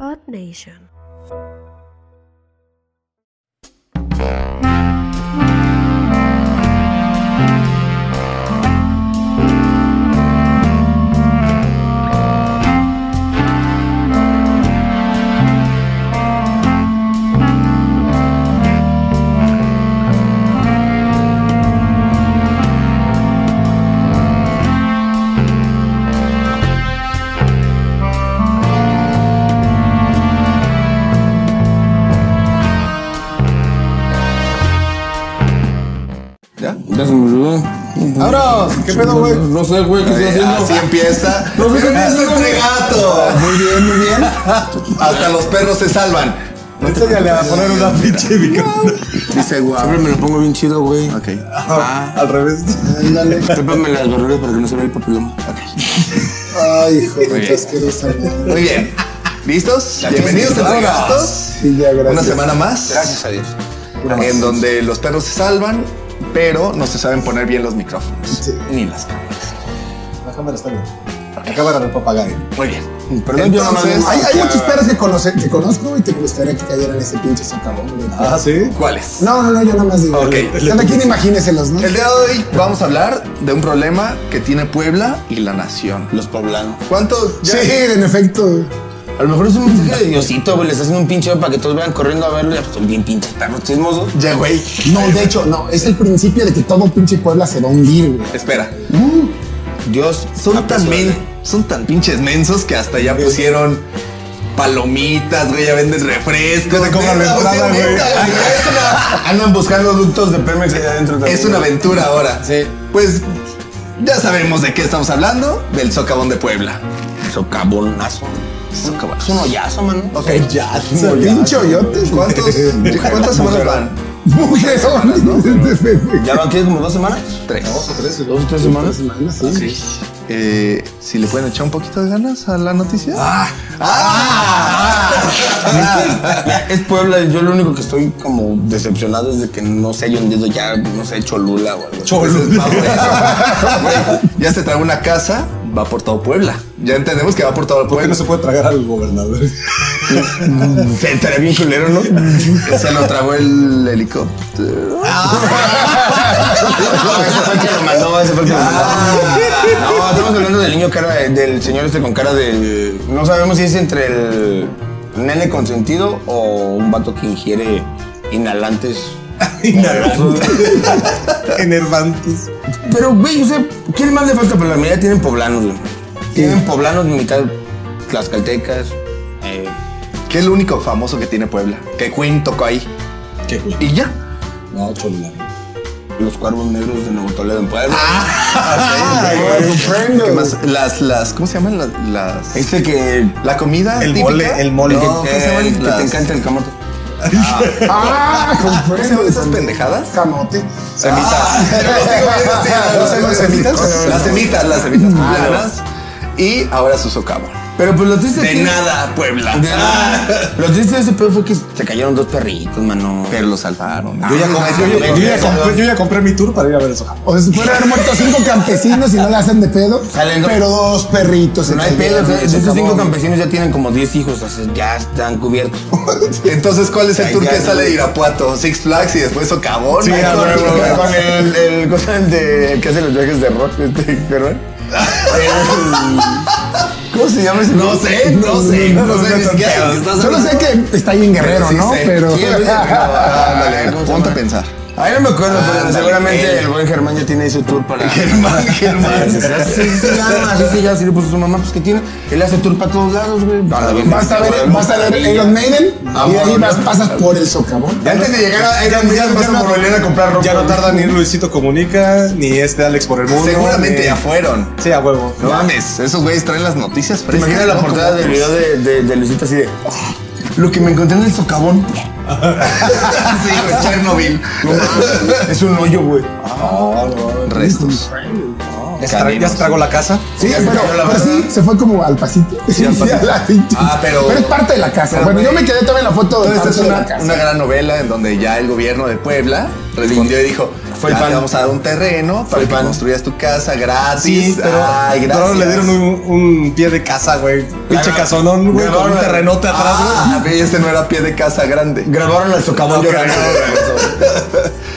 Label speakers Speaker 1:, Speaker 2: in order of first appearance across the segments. Speaker 1: Earth Nation.
Speaker 2: ¿Ya? Ya se me olvidó.
Speaker 3: ¡Vámonos! ¿Qué pedo, güey?
Speaker 2: No sé, güey, Ah, ¿qué estoy haciendo?
Speaker 3: Así empieza.
Speaker 2: No sé qué
Speaker 3: Este
Speaker 2: pienso, güey.
Speaker 3: gato.
Speaker 2: Muy bien, muy bien.
Speaker 3: Hasta los perros se salvan.
Speaker 4: Ahorita ya le va a poner una pinche micrófono.
Speaker 3: Dice guau.
Speaker 2: Siempre me lo pongo bien chido, güey.
Speaker 3: Ok. Ah.
Speaker 4: Al revés.
Speaker 5: Ándale.
Speaker 2: Tépame las barreras para que no se vea el papiloma.
Speaker 5: Ay, hijo de
Speaker 3: bien.
Speaker 5: qué asquerosa madre.
Speaker 3: Muy bien. ¿Listos? Bienvenidos a los gatos.
Speaker 5: Sí, ya, gracias.
Speaker 3: Una semana más.
Speaker 4: Gracias a Dios.
Speaker 3: En donde los perros se salvan, pero no se saben poner bien los micrófonos.
Speaker 5: Sí.
Speaker 3: Ni las cámaras.
Speaker 4: La cámara está bien. La cámara del papagayo.
Speaker 3: Muy bien.
Speaker 2: Perdón, yo no
Speaker 3: Entonces-
Speaker 5: Hay, hay muchos perros que, conoce- que conozco, güey, que me gustaría que cayeran ese pinche socavón, güey.
Speaker 4: Ah, sí.
Speaker 3: ¿Cuáles?
Speaker 5: No, no, no, yo nomás digo.
Speaker 3: Ok.
Speaker 5: Cada quien imagíneselos, ¿no?
Speaker 3: El día de hoy vamos a hablar de un problema que tiene Puebla y la nación.
Speaker 2: Los poblanos.
Speaker 3: ¿Cuántos? ya-
Speaker 5: Sí, en efecto.
Speaker 2: A lo mejor es un mensaje de Diosito, güey. Les hacen un pinche para que todos vayan corriendo a verlo. Ya, pues, son bien pinches perros chismosos.
Speaker 3: Ya, güey.
Speaker 5: No, de hecho, no. Es el principio de que todo pinche Puebla se va a hundir, güey.
Speaker 3: Espera.
Speaker 2: Dios.
Speaker 3: Mm. Son tan,
Speaker 2: apresó,
Speaker 3: men-
Speaker 2: güey.
Speaker 3: son tan pinches mensos que hasta ya pusieron palomitas, güey, ya venden refrescos.
Speaker 4: Ya te cobran
Speaker 3: Neta,
Speaker 4: la
Speaker 3: güey,
Speaker 4: entrada,
Speaker 3: neta,
Speaker 4: güey.
Speaker 3: güey, es una-
Speaker 2: Andan buscando ductos de Pemex allá adentro también.
Speaker 3: Es una aventura ahora.
Speaker 2: Sí.
Speaker 3: Pues ya sabemos de qué estamos hablando, del socavón de Puebla.
Speaker 2: Socabonazo.
Speaker 3: Socavón.
Speaker 2: Es un hoyazo, mano.
Speaker 3: Ok.
Speaker 4: Ya,
Speaker 5: O sea, pinche hoyote. güey.
Speaker 3: ¿Cuántos, ¿Cuántas semanas van?
Speaker 5: Mujerones.
Speaker 2: ¿Ya van, qué, como dos semanas?
Speaker 3: Tres.
Speaker 2: ¿Dos o tres semanas?
Speaker 5: Semanas, sí.
Speaker 3: Sí. Eh, si le pueden echar un poquito de ganas a la noticia.
Speaker 4: Ah.
Speaker 2: Ah. Es Puebla, yo lo único que estoy como decepcionado es de que no se haya hundido ya, no sé, Cholula o algo. así.
Speaker 3: Entonces, va por eso. Güey, ya se trae una casa, va por todo Puebla. Ya entendemos que va por todo
Speaker 4: ¿Por qué
Speaker 3: Puebla.
Speaker 4: no se puede tragar al gobernador?
Speaker 2: Se estaría bien culero, ¿no?
Speaker 3: Se lo tragó el helicóptero.
Speaker 2: ese fue el que lo mandó, ese fue el que lo mandó. Ah, No, estamos hablando del niño cara, de- del señor este con cara de... No sabemos si es entre el nene consentido o un vato que ingiere inhalantes.
Speaker 4: Enervantes.
Speaker 2: Pero, güey, o sea, ¿quién más le falta Puebla? Mira, tienen poblanos, güey. Tienen poblanos mitad tlaxcaltecas, eh,
Speaker 3: Que es lo único famoso que tiene Puebla. Que Queen tocó ahí.
Speaker 4: ¿Qué, güey?
Speaker 3: Y ya.
Speaker 4: No, Cholula.
Speaker 2: los cuervos negros de Nuevo Toledo en Puebla.
Speaker 4: Ah,
Speaker 5: Ay,
Speaker 3: Ok.
Speaker 5: güey, comprendo.
Speaker 3: ¿Qué más? Las, las, ¿cómo se llaman? Las, las-
Speaker 2: Este que...
Speaker 3: la comida
Speaker 4: El
Speaker 3: típica.
Speaker 4: mole, el mole.
Speaker 3: No,
Speaker 2: que-
Speaker 3: ¿cómo se llaman
Speaker 2: el que
Speaker 3: las-
Speaker 2: te encanta el camote.
Speaker 5: Ah, comprendo.
Speaker 3: ¿Cómo se llaman esas pendejadas? Ah,
Speaker 5: Camote.
Speaker 3: Semitas.
Speaker 5: ¿No se llaman semitas?
Speaker 3: Las semitas, las semitas
Speaker 2: Ah,
Speaker 3: poblanas. Y ahora su socavón.
Speaker 2: Pero pues lo triste es
Speaker 3: De
Speaker 2: que-
Speaker 3: nada, Puebla.
Speaker 2: De nada. Ah. Lo triste de ese pedo fue que se cayeron dos perritos, mano.
Speaker 3: Pero lo salvaron.
Speaker 2: Ah. Yo ya
Speaker 3: Ah,
Speaker 2: compré-
Speaker 3: yo ya
Speaker 4: Yo ya, compré, yo ya compré mi tour para ir a ver eso.
Speaker 5: O sea, se pueden haber muerto cinco campesinos y no le hacen de pedo.
Speaker 2: Salen dos.
Speaker 5: Pero dos perritos. se
Speaker 2: No hay pedo,
Speaker 5: cayeron,
Speaker 2: o sea, de
Speaker 5: se
Speaker 2: esos cinco
Speaker 5: acabó.
Speaker 2: campesinos ya tienen como 10 hijos, o sea, ya están cubiertos.
Speaker 3: Entonces, ¿cuál es el
Speaker 2: Ay,
Speaker 3: tour
Speaker 2: ya,
Speaker 3: que
Speaker 2: no.
Speaker 3: sale de Irapuato? Six Flags y después Socavón.
Speaker 2: Sí,
Speaker 3: Ay,
Speaker 2: a
Speaker 3: con-
Speaker 2: huevo,
Speaker 3: con-
Speaker 2: güey. con el, el cosa de que hace los viajes de rock, este peruano. ¿Cómo se llama ese?
Speaker 3: No sé, no sé, no,
Speaker 2: no,
Speaker 3: sé
Speaker 2: no,
Speaker 3: ni
Speaker 2: no,
Speaker 3: siquiera.
Speaker 2: no,
Speaker 3: Estás
Speaker 5: Yo no sé que está ahí en Guerrero,
Speaker 3: Sí
Speaker 5: ¿no?
Speaker 3: sé.
Speaker 5: Pero.
Speaker 2: Sí, güey.
Speaker 3: Ándale,
Speaker 2: ¿Cómo
Speaker 3: ponte
Speaker 2: se
Speaker 3: a
Speaker 2: llama?
Speaker 3: pensar.
Speaker 2: Ahí no me acuerdo, pero
Speaker 3: Ándale,
Speaker 2: seguramente
Speaker 3: él.
Speaker 2: el buen Germán ya tiene su tour para.
Speaker 3: Germán, Germán.
Speaker 2: Sí, sí, sí, ya, así se llama, así le puso su mamá, pues que tiene. Él hace tour para todos lados, güey.
Speaker 5: Vas a ver, vas a ver Iron Maiden y de ahí vas, pasas por el socavón.
Speaker 2: Ya antes de llegar a Iron Maiden vas a por Belén a comprar ropa.
Speaker 4: Ya no tarda ni Luisito Comunica, ni este Alex por el mundo.
Speaker 3: Seguramente
Speaker 4: ni-
Speaker 3: ya fueron.
Speaker 4: Sí, a huevo.
Speaker 3: No mames, esos güeyes traen las noticias
Speaker 2: ¿Te
Speaker 3: frescas.
Speaker 2: imaginas la
Speaker 3: ¿no?
Speaker 2: portada
Speaker 3: Como- pues.
Speaker 2: del video de, de, de Luisito así de. "Ah, Lo que me encontré en el socavón.
Speaker 3: Sí, güey, Chernobyl.
Speaker 2: Es un hoyo, güey.
Speaker 3: Ah, Restos.
Speaker 4: Ya se, tra- ya se tragó la casa.
Speaker 5: Sí,
Speaker 3: Ya se
Speaker 5: pero,
Speaker 3: cayó la
Speaker 5: pero sí,
Speaker 3: verdad.
Speaker 5: se fue como al pasito.
Speaker 3: Sí, al pasito.
Speaker 5: a la pinche-
Speaker 3: Ah, pero-
Speaker 5: es parte de la casa.
Speaker 3: pero,
Speaker 5: bueno, yo
Speaker 3: güey,
Speaker 5: me quedé también en la foto de,
Speaker 3: Entonces
Speaker 5: parte
Speaker 3: es
Speaker 5: de
Speaker 3: una,
Speaker 5: la casa.
Speaker 3: una gran novela en donde ya el gobierno de Puebla respondió y dijo,
Speaker 2: Fue el
Speaker 3: "Ya
Speaker 2: pan.
Speaker 3: te vamos a dar un terreno para
Speaker 2: el
Speaker 3: que
Speaker 2: pan.
Speaker 3: construyas tu casa
Speaker 4: Sí,
Speaker 3: gratis.
Speaker 4: pero
Speaker 3: Ay,
Speaker 4: pero
Speaker 3: gracias.
Speaker 4: ahora le dieron un, un pie de casa, güey. Pinche casonón, güey, con un
Speaker 2: Grabaron-
Speaker 4: terrenote atrás, güey.
Speaker 3: Ah, ve, este no era pie de casa grande.
Speaker 2: Grabaron al socavón
Speaker 3: No,
Speaker 2: llorando.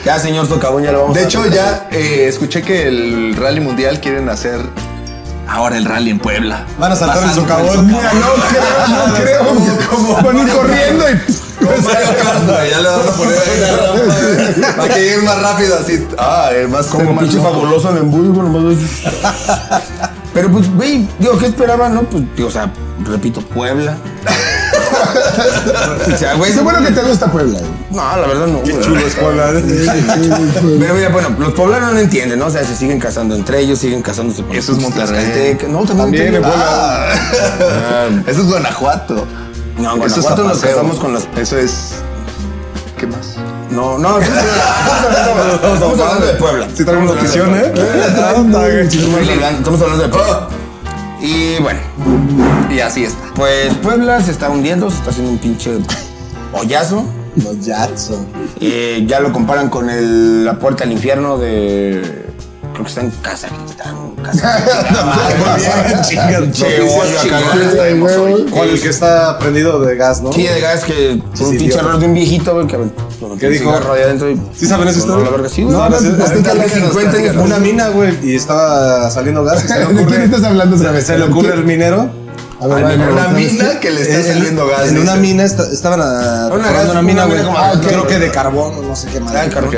Speaker 2: ya, señor socavón, ya lo vamos
Speaker 3: De
Speaker 2: a
Speaker 3: hecho, ya eh, escuché que el rally mundial quieren hacer ahora el rally en Puebla.
Speaker 4: Van a saltar el
Speaker 3: Pasando por
Speaker 4: socavón.
Speaker 5: Mira, no creo, no creo. Como van y corriendo y.
Speaker 3: Como Mario Kart, güey, ya le vamos a poner ahí la rampa, güey, Para que lleguen más rápido, así. Ah, es más ser
Speaker 2: Como
Speaker 3: más
Speaker 2: pinche
Speaker 3: loco.
Speaker 2: fabuloso en Hamburgo, nomás lo dices. Pero pues, güey, digo, ¿qué esperaban, no? Pues, digo, o sea, repito, Puebla. o sea, güey,
Speaker 5: Qué bueno que te gusta Puebla. güey.
Speaker 2: No, la verdad no. güey.
Speaker 4: Chulo es Puebla.
Speaker 2: Pero mira, bueno, los poblanos no entienden, ¿no? O sea, se siguen casando entre ellos, siguen casándose por
Speaker 3: Eso es Monterrey.
Speaker 2: Tlaxcaltecas. No, también.
Speaker 4: También en
Speaker 2: tengo-
Speaker 4: Puebla.
Speaker 2: Ah,
Speaker 3: Eso es Guanajuato.
Speaker 2: No, en
Speaker 3: Eso es
Speaker 2: Guanajuato nos
Speaker 3: Zapaseo.
Speaker 2: casamos con las.
Speaker 3: Eso es. ¿Qué más?
Speaker 2: No, no, estamos hablando- estamos hablando de Puebla.
Speaker 4: Sí, traigo una notición, ¿eh?
Speaker 2: Estamos hablando- Estamos hablando de Puebla. Y bueno,
Speaker 3: Y así está.
Speaker 2: pues Puebla se está hundiendo, se está haciendo un pinche hoyazo.
Speaker 5: Los Jackson.
Speaker 2: Eh, ya lo comparan con el, la puerta al infierno de. Creo que está en Kazajistán. Kazajistán.
Speaker 4: Chingas,
Speaker 2: Che,
Speaker 4: noticias
Speaker 2: odio a
Speaker 4: chingonas.
Speaker 2: Cancún,
Speaker 5: Ay,
Speaker 2: traemos
Speaker 5: huevo.
Speaker 2: hoy.
Speaker 4: Con el que está prendido de gas, ¿no?
Speaker 2: Sí, de gas que fue un
Speaker 4: sí,
Speaker 2: pinche
Speaker 4: idiota.
Speaker 2: error de un viejito, güey, que aventó un
Speaker 4: ¿Qué dijo?
Speaker 2: cigarro ahí adentro y-
Speaker 4: ¿Sí saben esa
Speaker 2: Sonó
Speaker 4: historia?
Speaker 2: la verga, sí, güey.
Speaker 4: No, no,
Speaker 2: Ahorita
Speaker 4: no,
Speaker 2: a las
Speaker 4: no,
Speaker 2: 50 años,
Speaker 4: Una
Speaker 2: una-
Speaker 4: mina, güey, y estaba saliendo gas. y se le
Speaker 5: ¿De quién
Speaker 4: ocurre-
Speaker 5: estás hablando otra vez?
Speaker 4: Se le ocurre al minero.
Speaker 5: A ver,
Speaker 2: Al
Speaker 5: vale,
Speaker 2: minero.
Speaker 5: otra
Speaker 3: Una
Speaker 5: vez.
Speaker 3: mina que le está
Speaker 4: En-
Speaker 3: saliendo gas.
Speaker 4: Eh, En una
Speaker 3: dice.
Speaker 4: mina esta- estaban ah,
Speaker 2: Una
Speaker 4: perforando
Speaker 2: gas-
Speaker 4: una mina,
Speaker 2: una
Speaker 4: güey.
Speaker 2: mina como-
Speaker 4: ah,
Speaker 2: ok.
Speaker 4: creo que de carbón o no sé qué
Speaker 2: Ah,
Speaker 4: madre.
Speaker 2: el carro.
Speaker 3: Ok.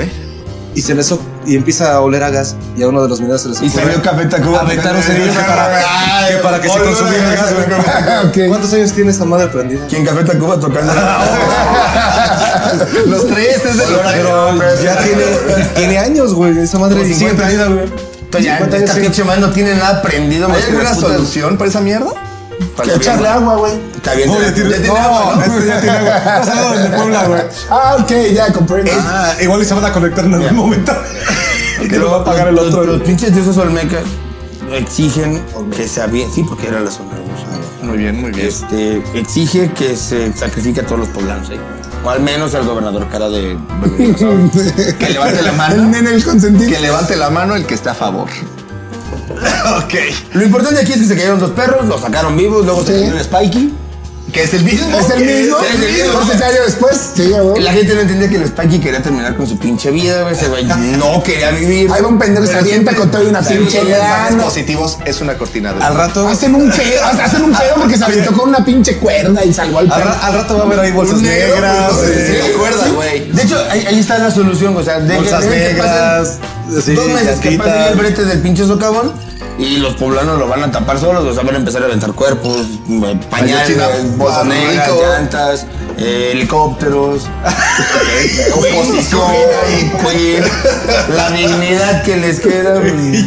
Speaker 4: Y se les o- y empieza a oler a gas y a uno de los mineros se les
Speaker 2: Y
Speaker 4: ocurre
Speaker 2: salió Café Tacuba.
Speaker 4: aventar un cerillo para que para que se
Speaker 2: Olor a
Speaker 4: consumiera el
Speaker 2: gas,
Speaker 4: gas, güey.
Speaker 5: Ah, ok.
Speaker 4: ¿Cuántos años tiene esta madre prendida?
Speaker 2: ¿Quién Café Tacuba tocando?
Speaker 3: Los tres es de los
Speaker 4: Pero ya tiene, tiene años, güey. Esa madre
Speaker 3: Pues,
Speaker 4: y sigue prendida, güey.
Speaker 2: Entonces, ya,
Speaker 4: 50
Speaker 2: esta
Speaker 4: años,
Speaker 2: pinche madre no tiene nada prendido
Speaker 3: ¿Hay
Speaker 2: más que
Speaker 3: alguna
Speaker 2: las putas-
Speaker 3: solución para esa mierda?
Speaker 2: para el
Speaker 5: Echarle
Speaker 2: bien.
Speaker 5: agua, güey.
Speaker 2: Está bien,
Speaker 4: No,
Speaker 2: te la-
Speaker 4: ya tiene,
Speaker 2: ya
Speaker 4: no,
Speaker 2: tiene agua, ¿no?
Speaker 4: este ya tiene agua. Está saliendo del de Puebla, güey.
Speaker 5: Ah, ok, ya comprendo.
Speaker 4: Ah, igual y se van a conectar en algún momento. Y te lo va a pagar el
Speaker 2: Los-
Speaker 4: otro.
Speaker 2: Los, pinches dioses olmecas exigen que se avie... Sí, porque era la zona de los-
Speaker 3: Muy bien, muy bien.
Speaker 2: Este, exige que se sacrifique a todos los poblanos ahí. O al menos al gobernador cara de...
Speaker 3: Que levante la
Speaker 5: El
Speaker 3: mano.
Speaker 5: nene, el consentido.
Speaker 3: Que levante la mano el que está a favor. ok.
Speaker 2: Lo importante aquí es que se cayeron dos perros, los sacaron vivos, luego se
Speaker 5: Sí.
Speaker 2: cayó un Spikey.
Speaker 3: Que es el mismo.
Speaker 5: ¿Es el mismo?
Speaker 3: Es el mismo.
Speaker 5: ¿Entonces años después? Sí, güey.
Speaker 2: La gente no entendía que el Spikey quería terminar con su pinche vida, güey. Ese güey no quería vivir.
Speaker 5: Ahí va un pendejo, se avienta con todo y una pinche
Speaker 3: Mensajes
Speaker 5: lana.
Speaker 3: positivos es una cortina de
Speaker 4: Al rato, al,
Speaker 5: Hacen un pedo, o sea, hacen un pedo porque se aventó con una pinche cuerda y salvó al perro.
Speaker 4: ra- al rato va a haber ahí bolsas
Speaker 2: Un negro, pues,
Speaker 4: negras.
Speaker 2: güey,
Speaker 4: eh,
Speaker 2: sí,
Speaker 3: ¿Se acuerda,
Speaker 2: sí.
Speaker 3: güey?
Speaker 2: De hecho, ahí, ahí está la solución, o sea, dejen,
Speaker 4: Bolsas
Speaker 2: dejen que pasen
Speaker 4: negras. sí,
Speaker 2: dos meses que
Speaker 4: llantitas.
Speaker 2: pasen el brete del pinche socavón y los poblanos lo van a tapar solos, o sea, van a empezar a aventar cuerpos, eh, pañales,
Speaker 3: Ayotzinapa,
Speaker 2: bolsas negras,
Speaker 3: rico.
Speaker 2: llantas, eh, helicópteros, eh, oposición, güey, la dignidad que les queda. güey.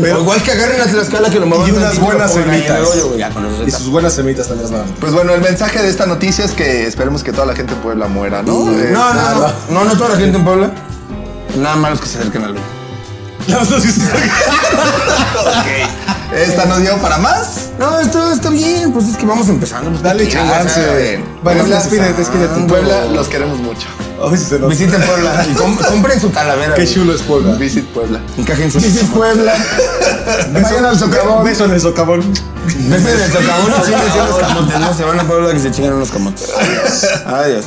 Speaker 4: Pero-
Speaker 2: O igual que agarren a Tlaxcala que lo muevan
Speaker 4: Y unas
Speaker 2: tantito,
Speaker 4: buenas
Speaker 2: lo pongan ahí en el
Speaker 4: semitas.
Speaker 2: hoyo, güey, ya con eso se
Speaker 4: Y
Speaker 2: tapa.
Speaker 4: sus buenas semitas también las van a
Speaker 3: Pues bueno, el mensaje de esta noticia es que esperemos que toda la gente de Puebla muera, ¿no? Eh,
Speaker 2: No, no, no, no, no toda la gente en Puebla. Nada más los que se acerquen al hoyo.
Speaker 4: Las dos
Speaker 3: Esta no dio para más.
Speaker 2: No, esto está bien, pues es que vamos empezando. pues,
Speaker 4: Dale
Speaker 2: ¿qué quieres?
Speaker 3: Ah,
Speaker 4: chance.
Speaker 2: O sea,
Speaker 3: güey.
Speaker 4: Bueno,
Speaker 3: Puebla,
Speaker 4: despídete, despídete.
Speaker 3: En Ah, Puebla los queremos mucho.
Speaker 4: Ay, se nos-
Speaker 2: Visiten Puebla y com- compren su talavera.
Speaker 4: Qué
Speaker 2: güey.
Speaker 4: chulo es Puebla.
Speaker 3: Visit Puebla.
Speaker 2: Encajen su.
Speaker 5: Sí, Puebla. Vayan al socavón.
Speaker 4: Beso en el socavón.
Speaker 2: Vete del socavón, siguen siendo los camotes, ¿no? Se van a Puebla que se chingan unos camotes. Adiós.